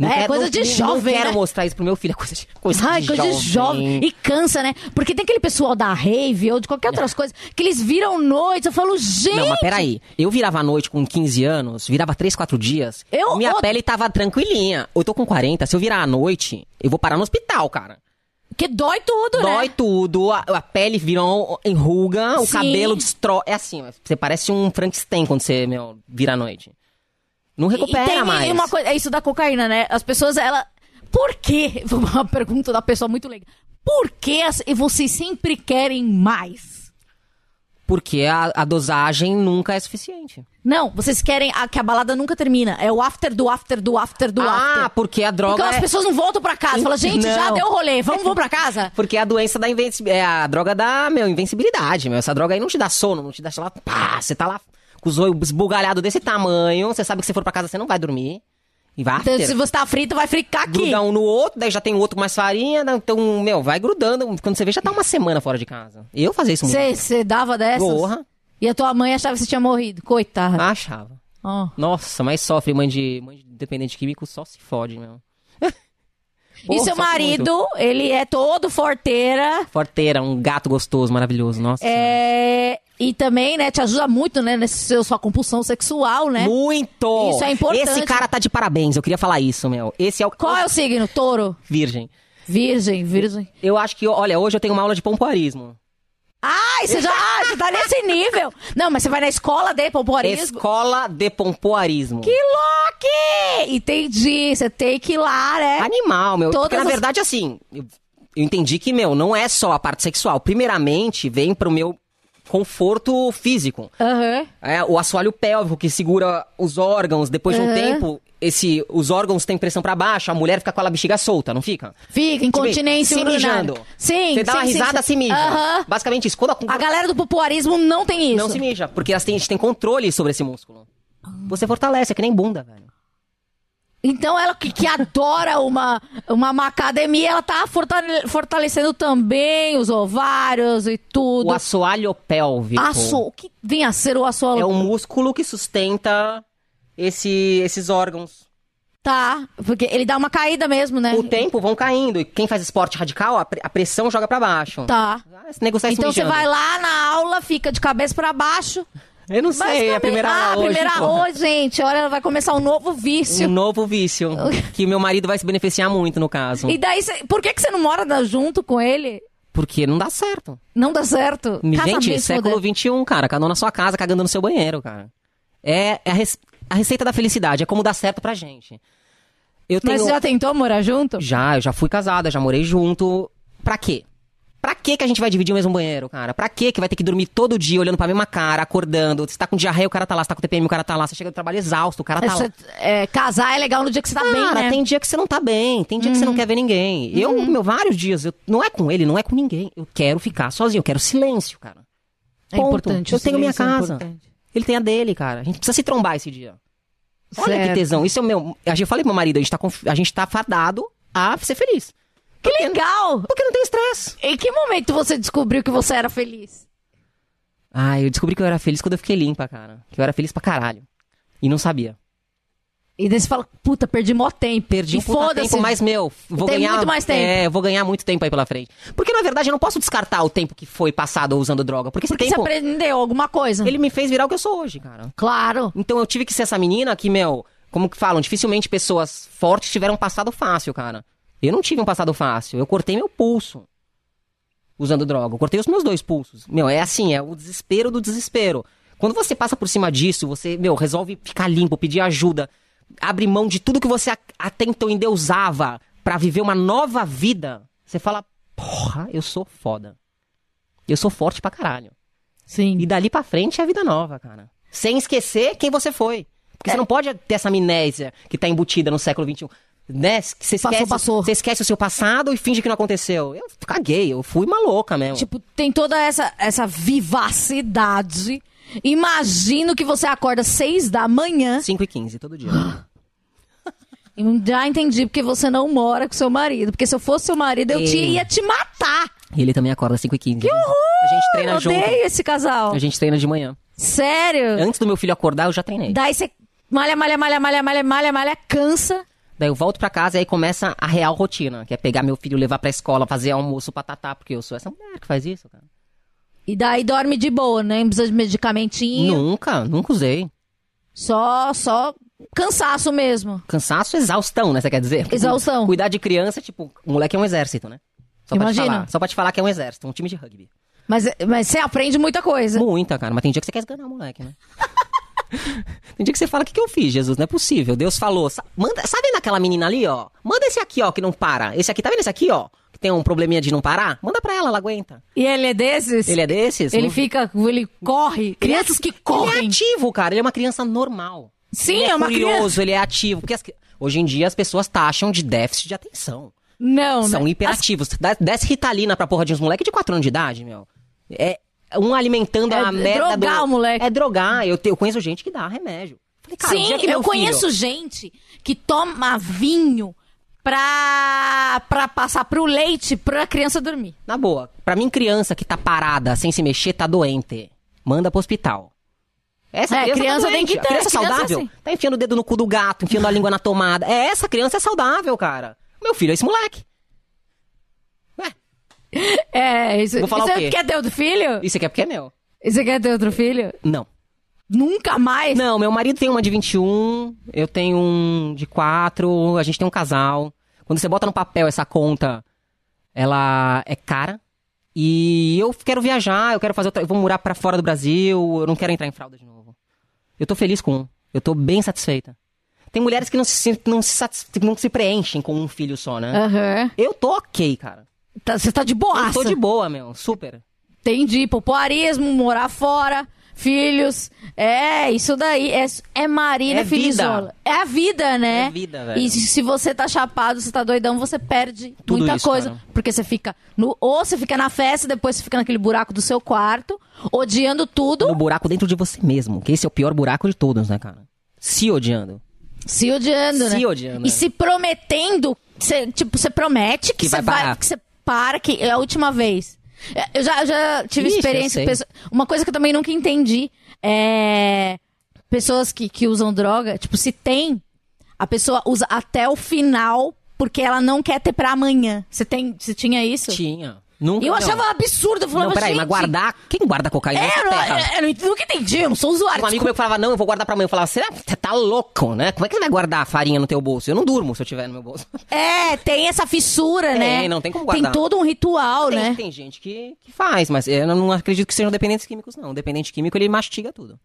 É, coisa
não-
de
não-
jovem,
Não quero
né?
mostrar isso pro meu filho. É coisa de, coisa
Ai,
de
coisa
jovem.
de jovem. E cansa, né? Porque tem aquele pessoal da rave ou de qualquer outras coisas que eles viram noite. Eu falo, gente.
Não, mas peraí. Eu virava à noite com 15 anos, virava 3, 4 dias.
Eu-
minha
eu-
pele tava tranquilinha. Eu tô com 40. Se eu virar à noite, eu vou parar no hospital, cara.
Que dói tudo,
Dói
né?
tudo, a, a pele vira um- enruga, o
Sim.
cabelo destrói. É assim, você parece um Frankenstein quando você, meu, vira à noite. Não
E-
recupera
e tem
mais.
Uma coisa, é isso da cocaína, né? As pessoas, ela. Por quê? Foi Uma pergunta da pessoa muito legal. Por que as- e vocês sempre querem mais?
Porque a, a dosagem nunca é suficiente.
Não, vocês querem a- que a balada nunca termina. É o after do after do after do
ah,
after.
porque a droga.
Porque as
é-
pessoas não voltam pra casa. Fala, gente, já
Não. É
deu rolê, vamos, vamos pra casa?
Porque a doença da invencibilidade. É a droga da, meu, invencibilidade, meu. Essa droga aí não te dá sono, não te dá, sei lá, pá, você tá lá com os olhos esbugalhados desse tamanho, você sabe que se for pra casa você não vai dormir. E vai
Então,
after.
se você tá frito, vai fricar aqui.
Gruda um no outro, daí já tem o outro com mais farinha, daí- então, meu, vai grudando. Quando você vê, já tá uma semana fora de casa. Eu fazia isso muito.
Você dava dessas?
Porra. Ah,
E a tua mãe achava que você tinha morrido. Coitada.
Achava.
Ó.
Nossa, mas sofre mãe de, mãe de dependente químico, só se fode, meu. Porra,
e seu
sofre muito.
marido, ele é todo forteira,
Forteira, um gato gostoso, maravilhoso, nossa.
É, e também, né, te ajuda muito, né, nesse seu, sua compulsão sexual, né?
Muito!
Isso é importante.
Esse cara tá de parabéns, eu queria falar isso, meu. Esse é o.
Qual é o signo? Touro?
Virgem.
Virgem, virgem.
Eu acho que, olha, hoje eu tenho uma aula de pompoarismo.
Ai, você já ai, você tá nesse nível. Não, mas você vai na escola de pompoarismo.
Escola de pompoarismo.
Que louco! Entendi, você tem que ir lá, né?
Animal, meu.
Todas
Porque, na
as-
verdade, assim, eu, eu entendi que, meu, não é só a parte sexual. Primeiramente, vem pro meu conforto físico.
Aham.
É, o assoalho pélvico que segura os órgãos. Depois de um
Aham.
tempo, esse, os órgãos têm pressão pra baixo, a mulher fica com a bexiga solta, não fica?
Fica, incontinência
se
urinária.
mijando.
Sim,
Você dá
sim,
uma
sim,
risada,
sim.
se mija.
Aham.
Basicamente isso. Quando a,
A galera do pompoarismo não tem isso.
não se mija, porque elas têm, a gente tem controle sobre esse músculo. Você fortalece, é que nem bunda, velho.
Então ela que, que adora uma, uma, uma academia, ela tá fortale- fortalecendo também os ovários e tudo.
O assoalho pélvico.
Aço, o que vem a ser o assoalho?
É o músculo que sustenta esse- esses órgãos.
Tá, porque ele dá uma caída mesmo, né?
Com o tempo vão caindo. E quem faz esporte radical, a, pre- a pressão joga pra baixo.
Tá.
Ah, Esse negócio tá
Então
você
você vai lá na aula, fica de cabeça pra baixo.
Eu não sei, é a
basicamente-
primeira
ah,
aula hoje.
primeira
porra.
aula, gente. Olha, ela vai começar um novo
Um
vício.
novo vício. que meu marido vai se beneficiar muito, no caso.
E daí, cê- por que, que você não mora na- junto com ele?
Porque não dá certo.
Não dá certo?
Gente,
Casamento
século um,
moderno.
XXI, cara. Cagando na sua casa, cagando no seu banheiro, cara. É, é a res- a receita da felicidade, é como dar certo pra gente. Eu tenho...
Mas você já tentou morar junto?
Já, eu já fui casada, já morei junto. Pra quê? Pra quê que a gente vai dividir o mesmo banheiro, cara? Pra quê que vai ter que dormir todo dia olhando pra mesma cara, acordando? Você tá com diarreia, o cara tá lá. Você tá com TPM, o cara tá lá. Você chega do trabalho exausto, o cara tá lá.
Você- é, casar é legal no dia que você tá bem, né?
Cara, Ah,
Uhum.
tem dia que você não tá bem, tem dia que você não quer ver ninguém. Eu, meu, vários dias, eu, não é com ele, não é com ninguém. Eu quero ficar sozinho, eu quero silêncio, cara.
É
ponto.
importante.
Eu
o
tenho minha
silêncio é
casa.
importante.
Ele tem a dele, cara. A gente precisa se trombar esse dia. Olha que
Certo.
tesão. Isso é o meu. a gente- Eu falei pro meu marido, a gente tá, conf- a gente tá fadado a ser feliz.
Que legal!
Porque não tem estresse.
Em que momento você descobriu que você era feliz?
Ah, eu descobri que eu era feliz quando eu fiquei limpa, cara. Que eu era feliz pra caralho. E não sabia.
E daí você fala, puta, perdi mó tempo.
Perdi
e
um puta
foda-se.
tempo, mas meu, vou
Tem
ganhar.
muito mais tempo.
É, eu vou ganhar muito tempo aí pela frente. Porque na verdade eu não posso descartar o tempo que foi passado usando droga. Porque esse
Porque
tempo,
você aprendeu alguma coisa.
ele me fez virar o que eu sou hoje, cara.
Claro.
Então eu tive que ser essa menina que, meu, como que falam, dificilmente pessoas fortes tiveram um passado fácil, cara. Eu não tive um passado fácil. Eu cortei meu pulso usando droga. Eu cortei os meus dois pulsos. Meu, é assim, é o desespero do desespero. Quando você passa por cima disso, você, meu, resolve ficar limpo, pedir ajuda, abre mão de tudo que você a- até então endeusava pra viver uma nova vida. Você fala, porra, eu sou foda. Eu sou forte pra caralho. E
Sim.
dali pra frente é a vida nova, cara. Sem esquecer quem você foi.
É.
Porque você não pode ter essa amnésia que tá embutida no século XXI. Né? Que Você
Passou,
esquece,
passou.
você esquece o seu passado e finge que não aconteceu. Eu caguei, eu fui uma louca mesmo.
Tipo, tem toda essa, essa vivacidade. Imagino que você acorda seis da manhã.
5 e 15 todo dia.
Eu já entendi porque você não mora com seu marido. Porque se eu fosse seu marido, eu te-
Ei.
ia te matar.
e ele também acorda 5 e 15. Que horror! A gente treina
eu
junto.
odeio esse casal.
A gente treina de manhã.
Sério?
Antes do meu filho acordar, eu já treinei.
Daí você malha, malha, malha, malha, malha, malha, malha, cansa.
Daí eu volto pra casa e aí começa a real rotina, que é pegar meu filho, levar pra escola, fazer almoço, patatá, porque eu sou essa mulher que faz isso, cara.
E daí dorme de boa, né? Não precisa de medicamentinho.
Nunca, nunca usei.
Só, só cansaço mesmo.
Cansaço, exaustão, né? Você quer dizer? Porque
Exaustão.
Cuidar de criança, tipo, o moleque é um exército, né? Só pra te
Imagina.
falar. Só pra te falar que é um exército, um time de rugby.
Mas, mas você aprende muita coisa.
Muita, cara. Mas tem dia que você quer esganar o moleque, né? tem dia que você fala, o que, que eu fiz, Jesus? Não é possível. Deus falou, "Sa- manda, sabe daquela menina ali, ó? Manda esse aqui, ó, que não para. Esse aqui, tá vendo esse aqui, ó? Que tem um probleminha de não parar? Manda pra ela, ela aguenta.
E ele é desses?
Ele é desses?
Ele
não-
fica, ele corre. Crianças que
Ele é
correm.
ativo, cara. Ele é uma criança normal.
Sim,
ele é,
é uma
curioso,
criança.
ele é ativo. Porque as cri- hoje em dia as pessoas taxam de déficit de atenção.
Não,
São
né?
imperativos. Dá- Desce ritalina pra porra de uns moleques de 4 anos de idade, meu. É um alimentando
É
a merda
drogar
do...
o moleque.
É drogar. Eu, te- eu conheço gente que dá remédio. Falei, cara, o
Sim,
dia que meu
eu conheço
filho-
gente que toma vinho pra, pra passar pro leite pra criança dormir.
Na boa, pra mim criança que tá parada, sem se mexer, tá doente. Manda pro hospital. Essa
É,
criança,
criança
tá
tem
doente.
que
A
ter,
criança
criança é
saudável
assim.
tá enfiando o dedo no cu do gato, enfiando a língua na tomada. É, essa criança é saudável, cara. Meu filho é esse moleque. Ué,
É, isso,
Vou falar
isso
o quê?
quer ter outro filho?
isso aqui é porque é meu.
Você quer ter outro filho?
Não.
Nunca mais?
Não, meu marido tem uma de 21, eu tenho um de 4, a gente tem um casal. Quando você bota no papel essa conta, ela é cara. E eu quero viajar, eu quero fazer outra, eu vou morar pra fora do Brasil, eu não quero entrar em fralda de novo. Eu tô feliz com um, eu tô bem satisfeita. Tem mulheres que não se, sentem- não se, satis- não se preenchem com um filho só,
É.
né?
Aham.
Eu tô ok, cara.
Tá- Você tá de boaça.
Eu tô de boa, meu, super.
Entendi. Popoarismo, morar fora, filhos. É, isso daí. É, é Marina
É
Filizola. É a vida, né?
É vida, velho.
E se- se você tá chapado, você tá doidão, você perde
Tudo
muita
isso,
coisa.
cara.
Porque você fica. No, ou você fica na festa, depois você fica naquele buraco do seu quarto, odiando tudo,
No buraco dentro de você mesmo, que esse é o pior buraco de todos, né, cara? Se odiando.
se odiando, né?
Se odiando,
E
né?
se prometendo. cê, tipo, você promete que,
Que
você
vai
vai.
parar.
Que você para, que é a última vez. É, Eu já, eu já tive
Ixi,
experiência.
eu sei.
com pessoa- Uma coisa que eu também nunca entendi é. Pessoas que, que usam droga, tipo, se tem, a pessoa usa até o final porque ela não quer ter pra amanhã. Você tem, você tinha isso?
Tinha. Nunca,
E eu
não.
achava um absurdo, eu falava, assim,
Não, peraí,
gente,
mas guardar. Quem guarda cocaína
É,
nessa
eu, não-
terra?
eu não- eu nunca entendi, eu não sou usuário.
Um amigo meu falava, não, eu vou guardar pra amanhã. Eu falava, você tá louco, né? Como é que você vai guardar a farinha no teu bolso? Eu não durmo se eu tiver no meu bolso.
É, tem essa fissura, né?
não tem como
Tem
guardar.
todo um ritual,
Tem,
né?
tem gente que, que faz, mas eu não acredito que sejam dependentes químicos, não. O dependente químico, ele mastiga tudo.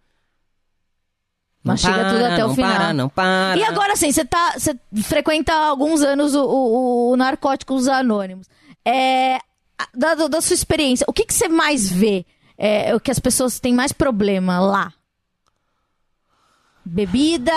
Não
Mastiga
para,
tudo até o
não
final.
Para, não para.
E agora, assim, você tá, você frequenta há alguns anos o, o- o Narcóticos Anônimos. É, a- da, da- da sua experiência, o que, que você mais vê? É, o que as pessoas têm mais problema lá? Bebida,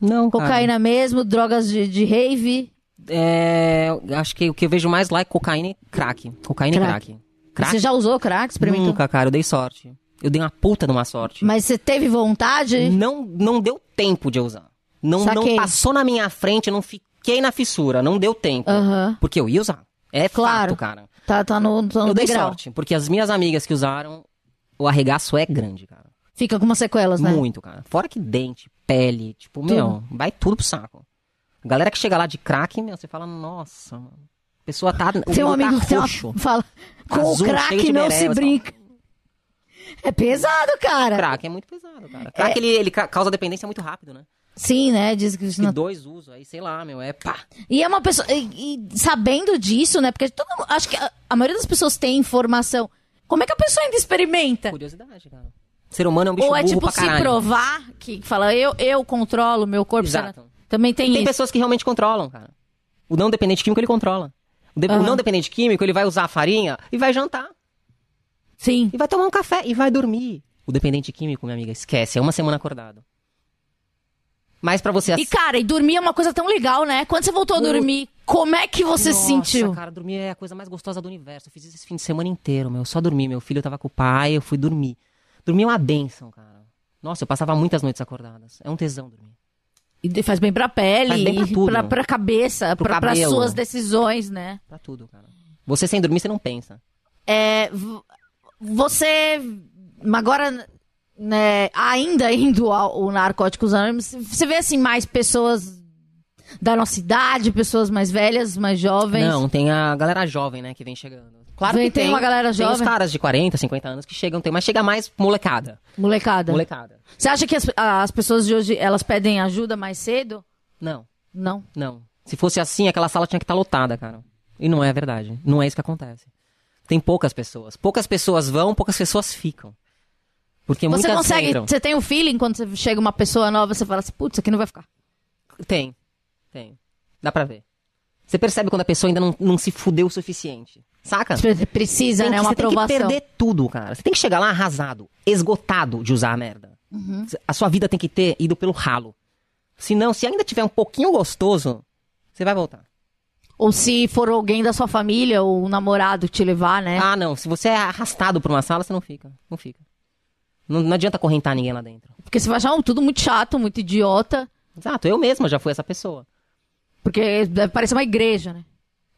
Não, cara.
cocaína mesmo, drogas de, de rave.
É, acho que o que eu vejo mais lá é cocaína e crack. Cocaína
Crack.
e crack.
Você já usou crack? Experimentou?
Nunca, cara, eu dei sorte. Eu dei uma puta de uma sorte.
Mas você teve vontade?
Não, não deu tempo de eu usar. Não, não
Saquei.
passou na minha frente, eu não fiquei na fissura, não deu tempo.
Aham.
Porque eu ia usar. É
Claro.
fato, cara.
Tá, tá no, tá no
eu dei
degrau.
sorte, porque as minhas amigas que usaram, o arregaço é grande, cara.
Fica com umas sequelas, né?
Muito, cara. Fora que dente, pele, tipo, meu, vai tudo pro saco. A galera que chega lá de crack, meu, você fala, nossa, mano. A pessoa tá. o
Tem um
mundo tá
amigo que tem uma-
roxo.
fala, com
Azul,
o
cheio de
crack não se
mereva,
brinca. É pesado, cara.
Crack é muito pesado, cara.
É.
Crack, ele, ele ca- causa dependência muito rápido, né?
Sim, né? Diz que isso
Se
não...
dois usam, aí sei lá, meu, é pá.
E é uma pessoa. E, e sabendo disso, né? Porque todo mundo- acho que a, a maioria das pessoas tem informação. Como é que a pessoa ainda experimenta?
Curiosidade, cara. Ser humano é um bicho
É. Ou é
burro
tipo
pra
se
caralho.
provar que fala, eu, eu controlo meu corpo. sei lá.
Exato.
Também tem,
Tem
né? isso.
pessoas que realmente controlam, cara. O não dependente químico, ele controla. O, de- o
Aham.
não dependente químico, ele vai usar a farinha e vai jantar.
Sim.
E vai tomar um café e vai dormir. O dependente químico, minha amiga, esquece. É uma semana acordado. Mas pra você... assim,
E, cara, e dormir é uma coisa tão legal, né? Quando você voltou a dormir, como é que você se
Nossa,
sentiu?
cara, dormir é a coisa mais gostosa do universo. Eu fiz isso esse fim de semana inteiro, meu. Eu só dormi. Meu filho tava com o pai, eu fui dormir. Dormir é uma benção, cara. Nossa, eu passava muitas noites acordadas. É um tesão dormir.
E faz bem pra pele,
Faz bem pra
e
tudo.
pra, pra cabeça,
Pro
pra, pras
cabelo.
suas decisões, né?
Pra tudo, cara. Você sem dormir, você não pensa.
É, v- você agora né, ainda indo ao, ao narcóticos anônimos, você vê assim mais pessoas da nossa idade, pessoas mais velhas, mais jovens.
Não, tem a galera jovem, né, que vem chegando. Claro
Vem-
que tem.
tem uma galera
Tem
jovem.
os caras de 40, 50 anos que chegam, tem, mas chega mais molecada.
Molecada.
Molecada.
Você acha que as, as pessoas de hoje elas pedem ajuda mais cedo?
Não,
Não.
não. Se fosse assim, aquela sala tinha que estar lotada, cara. E não é verdade. Não é isso que acontece. Tem poucas pessoas. Poucas pessoas vão, poucas pessoas ficam. Porque
você
muitas
consegue,
entram.
você tem um feeling quando você chega uma pessoa nova, você fala assim, putz, aqui não vai ficar.
Tem. Tem. Dá pra ver. Você percebe quando a pessoa ainda não, não se fudeu o suficiente. Saca?
Você Precisa,
Tem
né?
que-
Uma
você
aprovação.
tem que perder tudo, cara. Você tem que chegar lá arrasado, esgotado de usar a merda.
Uhum.
A sua vida tem que ter ido pelo ralo. Se não, se ainda tiver um pouquinho gostoso, você vai voltar.
Ou se for alguém da sua família ou um namorado te levar, né?
Ah, não. Se você é arrastado pra uma sala, você não fica. Não fica. Não, não adianta correntar ninguém lá dentro.
Porque você vai achar tudo muito chato, muito idiota.
Exato. Eu mesma já fui essa pessoa.
Porque deve parecer uma igreja, né?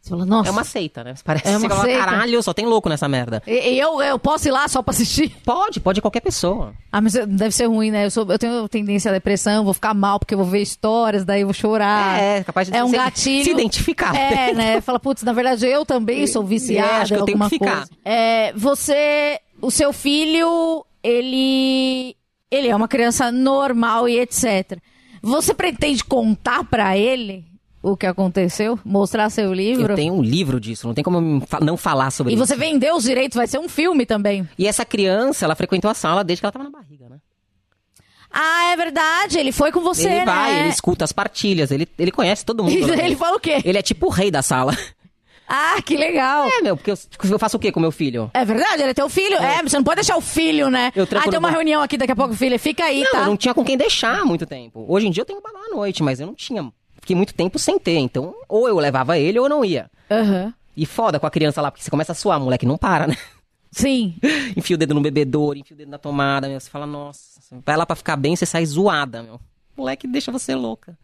Você fala, nossa,
É uma seita, né? Parece
É
que
uma
você fala,
seita.
caralho, só tem louco nessa merda.
e- e eu, eu posso ir lá só pra assistir?
Pode, pode qualquer pessoa.
Ah, mas deve ser ruim, né? Eu, sou, eu tenho tendência à depressão, vou ficar mal porque eu vou ver histórias, daí eu vou chorar.
É, é capaz de
É um
se-
gatilho.
se identificar.
É, né? Fala, putz, na verdade eu também sou viciada,
É, acho que eu tenho
alguma
que ficar.
coisa. É, você, o seu filho, ele, ele é uma criança normal e etc. Você pretende contar pra ele o que aconteceu? Mostrar seu livro?
Eu tenho um livro disso, não tem como eu fa- não falar sobre
E
isso.
você vendeu os direitos, vai ser um filme também.
E essa criança, ela frequentou a sala desde que ela tava na barriga, né?
Ah, é verdade, ele foi com você,
ele
né?
vai, ele escuta as partilhas, ele, ele conhece todo mundo. lá
ele,
dentro.
fala o quê?
Ele é tipo o rei da sala.
Ah, que legal.
É, meu, porque eu, eu faço o quê com meu filho?
É verdade, ele é teu filho? É, você não pode deixar o filho, né?
Eu tranco
ah, tem
no
uma
bar.
reunião aqui daqui a pouco, filho. Fica aí,
Não,
tá?
eu não tinha com quem deixar há muito tempo. Hoje em dia eu tenho babá à noite, mas eu não tinha. Fiquei muito tempo sem ter, então ou eu levava ele ou eu não ia.
Aham.
E foda com a criança lá, porque você começa a suar, moleque, não para, né?
Sim.
Enfia o dedo no bebedouro, enfia o dedo na tomada, meu. Você fala, nossa, você vai lá pra ficar bem, você sai zoada, meu. Moleque deixa você louca.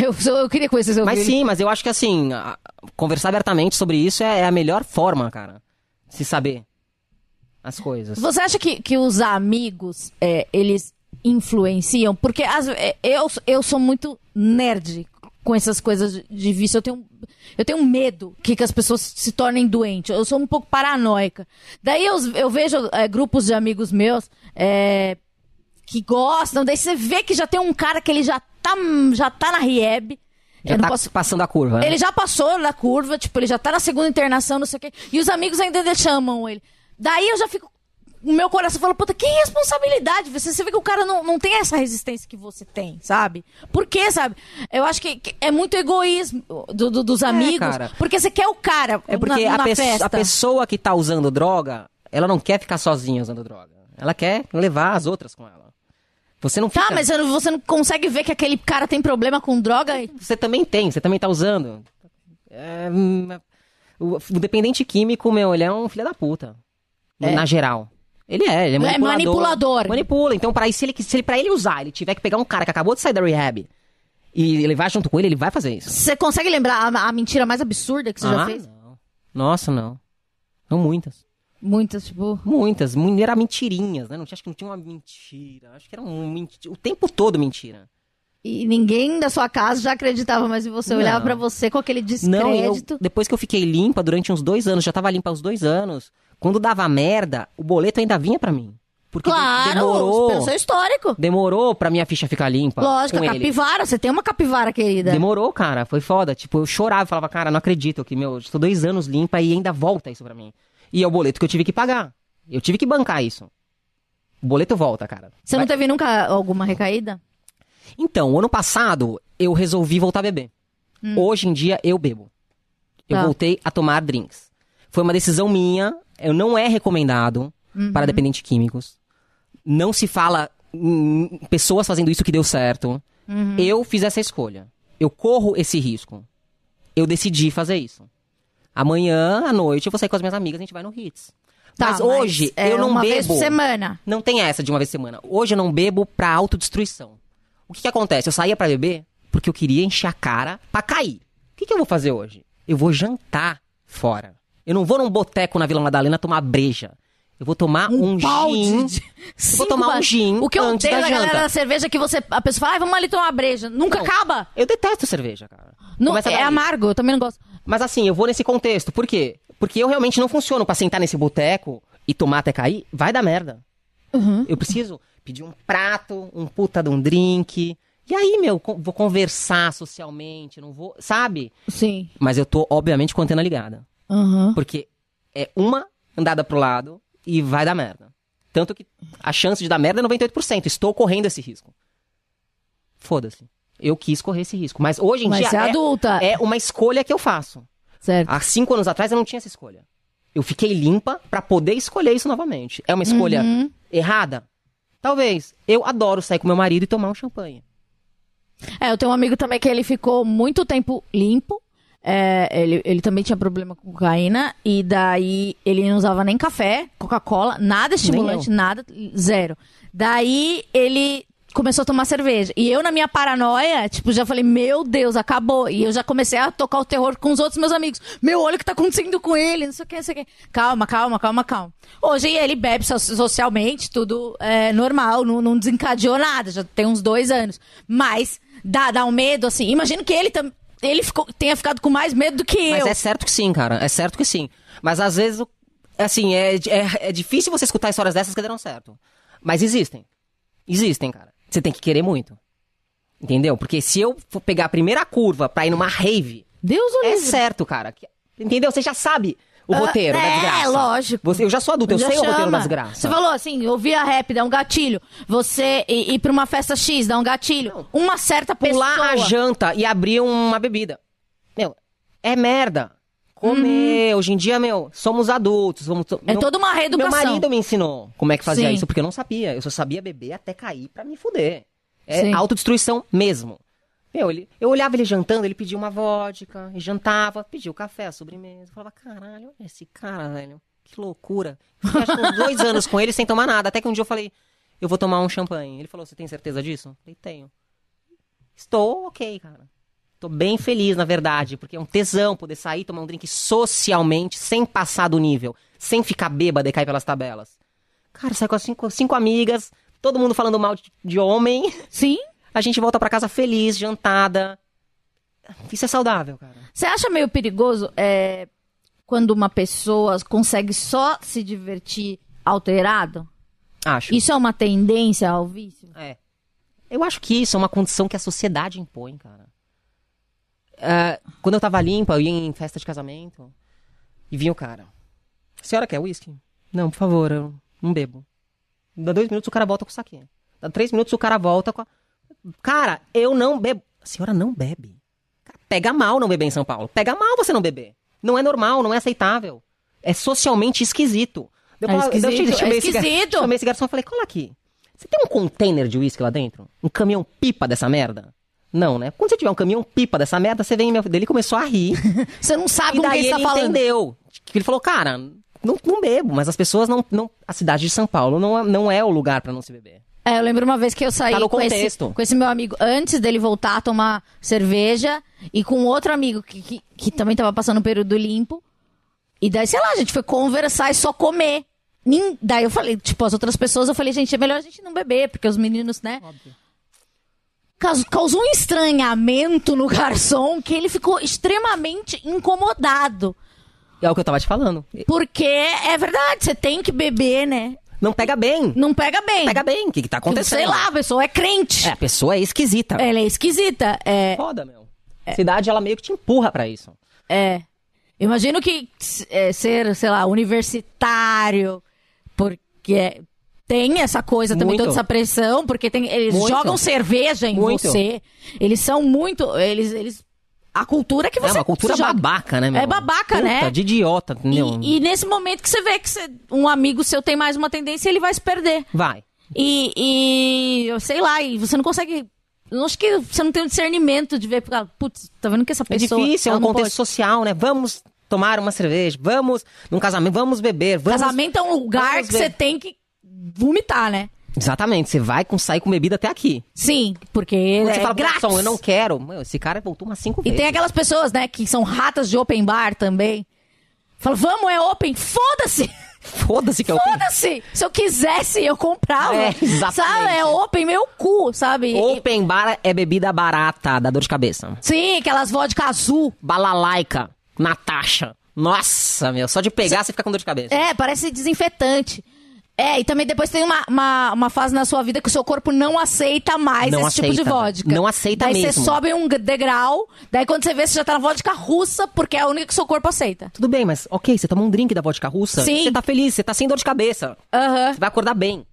Eu, sou- eu queria conhecer seu
Mas
filho.
sim, mas eu acho que assim, a- conversar abertamente sobre isso é, é a melhor forma, cara. Se saber as coisas.
Você acha que, que os amigos, é, eles influenciam? Porque as- é, eu, eu sou muito nerd com essas coisas de- de vício. Eu tenho, eu tenho medo que, que as pessoas se tornem doentes. Eu sou um pouco paranoica. Daí eu, eu vejo é, grupos de amigos meus é, que gostam. Daí você vê que já tem um cara que ele já tá, já tá na Rieb.
Já
eu não
tá
posso
passando a curva, né?
Ele já passou na curva, tipo, ele já tá na segunda internação, não sei o quê. E os amigos ainda chamam ele. Daí eu já fico. o meu coração fala, puta, que responsabilidade. Você, você vê que o cara não, não tem essa resistência que você tem, sabe? Por quê, sabe? Eu acho que, que é muito egoísmo do- do- dos amigos.
É, cara.
Porque você quer o cara
É porque
na,
a,
na
pe-
festa.
a pessoa que tá usando droga, ela não quer ficar sozinha usando droga. Ela quer levar as outras com ela. Você não fica...
Tá, mas você não, você não consegue ver que aquele cara tem problema com droga?
Você também tem, você também tá usando. É, hum, o, o dependente químico, meu, ele é um filho da puta.
É.
Na geral. Ele é, ele é
É
manipulador.
manipulador.
Manipula. Então, pra, isso, se ele, se ele, pra ele usar, ele tiver que pegar um cara que acabou de sair da rehab e ele vai junto com ele, ele vai fazer isso.
Você consegue lembrar a, a mentira mais absurda que você já
Ah,
fez?
não. Nossa, não. São muitas.
Muitas, tipo.
Muitas, mu- era mentirinhas, né? Não tinha, acho que não tinha uma mentira. Acho que era um menti- o tempo todo mentira.
E ninguém da sua casa já acreditava mais em você.
Não.
Olhava pra você com aquele
Não, eu,
descrédito.
depois que eu fiquei limpa durante uns dois anos, já tava limpa há uns dois anos. Quando dava merda, o boleto ainda vinha pra mim. Porque de-
Claro,
demorou.
pelo seu histórico.
Demorou pra minha ficha ficar limpa.
Lógico, tá
com
a
ele.
capivara. Você tem uma capivara, querida.
Demorou, cara. Foi foda. Tipo, eu chorava, falava, cara, não acredito que, meu, estou dois anos limpa e ainda volta isso pra mim. E é o boleto que eu tive que pagar. Eu tive que bancar isso. O boleto volta, cara.
Você não teve nunca alguma recaída?
Então, ano passado, eu resolvi voltar a beber. Hoje em dia, eu bebo. Eu
Hum. Tá.
voltei a tomar drinks. Foi uma decisão minha. Eu não é recomendado
Uhum.
para dependentes químicos. Não se fala em pessoas fazendo isso que deu certo.
Uhum.
Eu fiz essa escolha. Eu corro esse risco. Eu decidi fazer isso. Amanhã, à noite, eu vou sair com as minhas amigas e a gente vai no Hits.
Tá,
mas hoje,
é
eu não
uma
bebo.
vez por semana.
Não tem essa de uma vez por semana. Hoje eu não bebo pra autodestruição. O que que acontece? Eu saía pra beber porque eu queria encher a cara pra cair. O que que eu vou fazer hoje? Eu vou jantar fora. Eu não vou num boteco na Vila Madalena tomar breja. Eu vou tomar um, gin.
de-
Vou
Cinco
tomar um
ba-
gin
O que eu
antes
odeio
da
da galera
janta.
da cerveja é que você, a pessoa fala, ah, vamos ali tomar uma breja. Nunca
Não.
acaba.
Eu detesto cerveja, cara.
Não,
Começa
é
daí.
amargo, eu também não gosto.
Mas assim, eu vou nesse contexto. Por quê? Porque eu realmente não funciono pra sentar nesse boteco e tomar até cair. Vai dar merda. Eu preciso pedir um prato, um puta de um drink. E aí, meu, co- vou conversar socialmente, não vou. Sabe?
Sim.
Mas eu tô, obviamente, com a antena ligada.
Aham.
Porque é uma andada pro lado e vai dar merda. Tanto que a chance de dar merda é 98%. Estou correndo esse risco. Foda-se. Eu quis correr esse risco. Mas hoje em
Mas
dia.
você é
é-
adulta.
é uma escolha que eu faço.
Certo.
Há cinco anos atrás eu não tinha essa escolha. Eu fiquei limpa pra poder escolher isso novamente. É uma escolha
Uhum.
errada? Talvez. Eu adoro sair com meu marido e tomar um champanhe.
É, eu tenho um amigo também que ele ficou muito tempo limpo. É, ele, ele também tinha problema com cocaína. E daí ele não usava nem café, Coca-Cola, nada estimulante, nada, zero. Daí ele começou a tomar cerveja. E eu, na minha paranoia, tipo, já falei, meu Deus, acabou. E eu já comecei a tocar o terror com os outros meus amigos. Meu, olha o que tá acontecendo com ele, não sei o que, não sei o que. Calma, calma, calma, calma. Hoje ele bebe so- socialmente, tudo é normal, não, não desencadeou nada, já tem uns dois anos. Mas dá, dá um medo, assim. Imagino que ele também. Ele ficou, tenha ficado com mais medo do que
Mas
eu.
é certo que sim, cara. É certo que sim. Mas às vezes, o- assim, é, é, é difícil você escutar histórias dessas que deram certo. Mas existem. Existem, cara. Você tem que querer muito. Entendeu? Porque se eu for pegar a primeira curva pra ir numa rave,
Deus o
É
livre.
certo, cara. Que- Entendeu? Você já sabe o
Uhum. Ah,
roteiro da
é,
desgraça.
lógico.
Você, eu já sou adulto, eu
Já
sei o roteiro
chama.
da desgraça.
Você falou assim, ouvir a rap dá um gatilho. Você ir, ir pra uma festa X dá um gatilho. Uma certa pessoa.
Pular a janta e abrir uma bebida. Meu, é merda. Comer. Hoje em dia, meu, somos adultos. Vamos to-
Uhum. É
meu,
toda uma
Meu
reeducação.
marido me ensinou como é que fazia
Sim.
isso, porque eu não sabia. Eu só sabia beber até cair pra me fuder. É
Sim.
autodestruição mesmo. Meu, ele, eu olhava ele jantando, ele pedia uma vodka, e jantava, pedia o café, a sobremesa. Eu falava, caralho, olha esse cara, velho. Que loucura. Eu fiquei, acho que uns dois anos com ele sem tomar nada. Até que um dia eu falei, eu vou tomar um champanhe. Ele falou, você tem certeza disso? Eu falei, tenho. Estou ok, cara. Tô bem feliz, na verdade, porque é um tesão poder sair, tomar um drink socialmente, sem passar do nível, sem ficar bêbada e cair pelas tabelas. Cara, sai com as cinco, cinco amigas, todo mundo falando mal de, de homem,
Sim.
a gente volta pra casa feliz, jantada. Isso é saudável, cara.
Você acha meio perigoso é, quando uma pessoa consegue só se divertir alterado?
Acho.
Isso é uma tendência ao vício?
É. Eu acho que isso é uma condição que a sociedade impõe, cara. É, quando eu tava limpa, eu ia em festa de casamento e vinha o cara. A senhora quer uísque? Não, por favor, eu Não bebo. Dá dois minutos o cara volta com o saquinho. Dá três minutos o cara volta com a... Cara, eu não bebo. A senhora não bebe. Cara, pega mal não beber em São Paulo. Pega mal você não beber. Não é normal, não é aceitável. É socialmente esquisito. Deu
É
pra- deu-
esquisito,
eu
é
esse gar-
esquisito.
chamei esse garçom e falei, cola aqui. Você tem um container de uísque lá dentro? Um caminhão pipa dessa merda? Não, né? Quando você tiver um caminhão pipa dessa merda, você vem... Meu... Ele começou a rir.
Você não sabe
E
com quem
daí
você tá
ele
falando.
entendeu. Que Ele falou, cara, não, não bebo, mas as pessoas não, não. A cidade de São Paulo não é, não é o lugar pra não se beber.
É, eu lembro uma vez que eu saí
Tá no
com, esse,
contexto.
com esse meu amigo antes dele voltar a tomar cerveja e com outro amigo que, que, que também tava passando um período limpo. E daí, sei lá, a gente foi conversar e só comer. Nin- Daí eu falei, tipo, as outras pessoas, eu falei, gente, é melhor a gente não beber, porque os meninos, né? Caus- Causou um estranhamento no garçom que ele ficou extremamente incomodado.
É o que eu tava te falando.
Porque é verdade, você tem que beber, né?
Não pega bem.
Não pega bem.
Pega bem. O que, que tá acontecendo?
Sei lá, a pessoa é crente.
É, a pessoa é esquisita.
Ela é esquisita. É,
Foda, meu. A cidade, ela meio que te empurra pra isso.
é. Imagino que s- é, ser, sei lá, universitário, porque é- tem essa coisa também,
Muito.
toda essa pressão, porque tem, eles
Muito.
jogam cerveja em
Muito.
você. Eles são muito. Eles, eles, a cultura que
É
você.
uma cultura
se joga.
babaca, né, meu?
É babaca,
Puta,
né?
de idiota, entendeu?
E, e nesse momento que você vê que você- um amigo seu tem mais uma tendência, ele vai se perder.
Vai.
E, e eu sei lá, e você não consegue. Eu acho que você não tem o discernimento de ver, porque, ah, putz, tá vendo que essa
É
pessoa.
difícil, é
ela
um
não
contexto
pode.
social, né? Vamos tomar uma cerveja, vamos num casamento, vamos beber, vamos...
Casamento é um lugar
vamos
que
ver.
você tem que vomitar, né?
Exatamente, você vai com, sair com bebida até aqui.
Sim, porque
Quando
é
você fala,
grátis.
garçom, eu não quero. Meu, esse cara voltou umas cinco
E
vezes.
tem aquelas pessoas, né, que são ratas de open bar também. Fala, vamos, é open, foda-se!
Foda-se que eu...
Foda-se! Se eu quisesse, eu comprava.
É, exatamente.
Sabe? É open, meu cu, sabe? E-
Open bar é bebida barata, dá dor de cabeça.
Sim, aquelas vodka azul.
Balalaica, Natasha. Nossa, meu, só de pegar você fica com dor de cabeça.
É, parece desinfetante. É, e também depois tem uma, uma, uma fase na sua vida que o seu corpo não aceita mais
Não
esse tipo de
aceita.
vodka.
Não aceita
daí você
mesmo.
sobe um degrau, daí quando você vê, você já tá na vodka russa, porque é a única que o seu corpo aceita.
Tudo bem, mas ok, você toma um drink da vodka russa,
Sim. É.
você tá feliz, você tá sem dor de cabeça.
Aham.
Você vai acordar bem.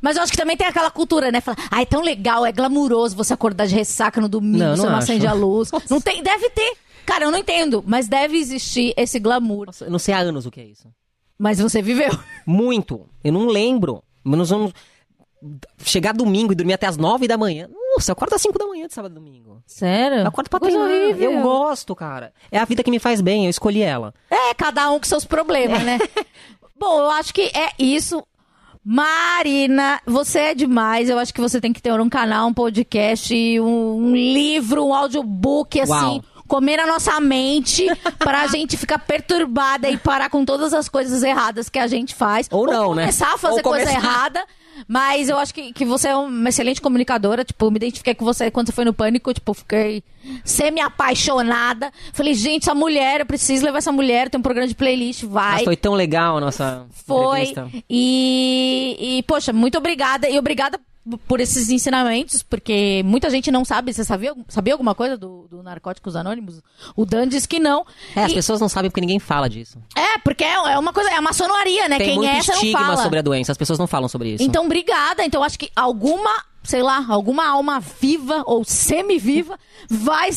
Mas eu acho que também tem aquela cultura, né? Fala, ah, é tão legal, é glamuroso você acordar de ressaca no domingo,
Não, não
você não
acho.
acende a luz. Não tem, deve ter. Cara, eu não entendo, mas deve existir esse glamour.
Nossa, eu não sei há anos o que é isso.
Mas você viveu.
Muito. Eu não lembro. Mas nós vamos chegar domingo e dormir até as nove da manhã. Nossa, eu acordo às cinco da manhã de sábado e domingo.
Sério?
Eu acordo pra
Coisa
treinar.
horrível.
Eu gosto, cara. É a vida que me faz bem, eu escolhi ela.
É, cada um com seus problemas, né? Bom, eu acho que é isso. Marina, você é demais. Eu acho que você tem que ter um canal, um podcast, um, um livro, um audiobook, assim.
Uau.
Comer a nossa mente pra gente ficar perturbada e parar com todas as coisas erradas que a gente faz.
Ou não, né?
começar a fazer
Ou
coisa
começar.
errada. Mas eu acho que, que você é uma excelente comunicadora. Tipo, eu me identifiquei com você quando você foi no pânico. Tipo, fiquei semi-apaixonada. Falei, gente, essa mulher, eu preciso levar essa mulher. Tem um programa de playlist, vai.
Mas foi tão legal a nossa
Foi.
entrevista.
E, e, poxa, muito obrigada. E obrigada por esses ensinamentos, porque muita gente não sabe. Você sabia, sabia alguma coisa do, do Narcóticos Anônimos? O Dan diz que não.
É, as
E-
pessoas não sabem porque ninguém fala disso.
é, porque é é uma coisa, é a maçonaria, né?
Tem
Quem
muito
é, essa não
estigma
fala.
sobre a doença, as pessoas não falam sobre isso.
Então, obrigada. Então, acho que alguma, sei lá, alguma alma viva ou semi-viva vai,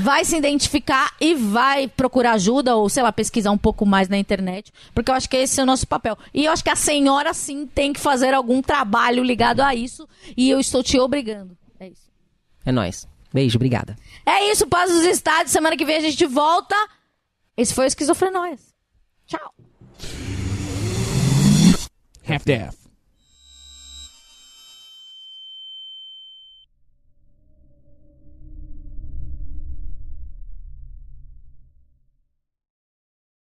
vai se identificar e vai procurar ajuda ou, sei lá, pesquisar um pouco mais na internet. Porque eu acho que esse é o nosso papel. E eu acho que a senhora, sim, tem que fazer algum trabalho ligado a isso. E eu estou te obrigando. É isso.
É nóis. Beijo, obrigada.
É isso, Paz dos Estádios. Semana que vem a gente volta. Esse foi o Esquizofrenóias. Tchau.
Half-Death.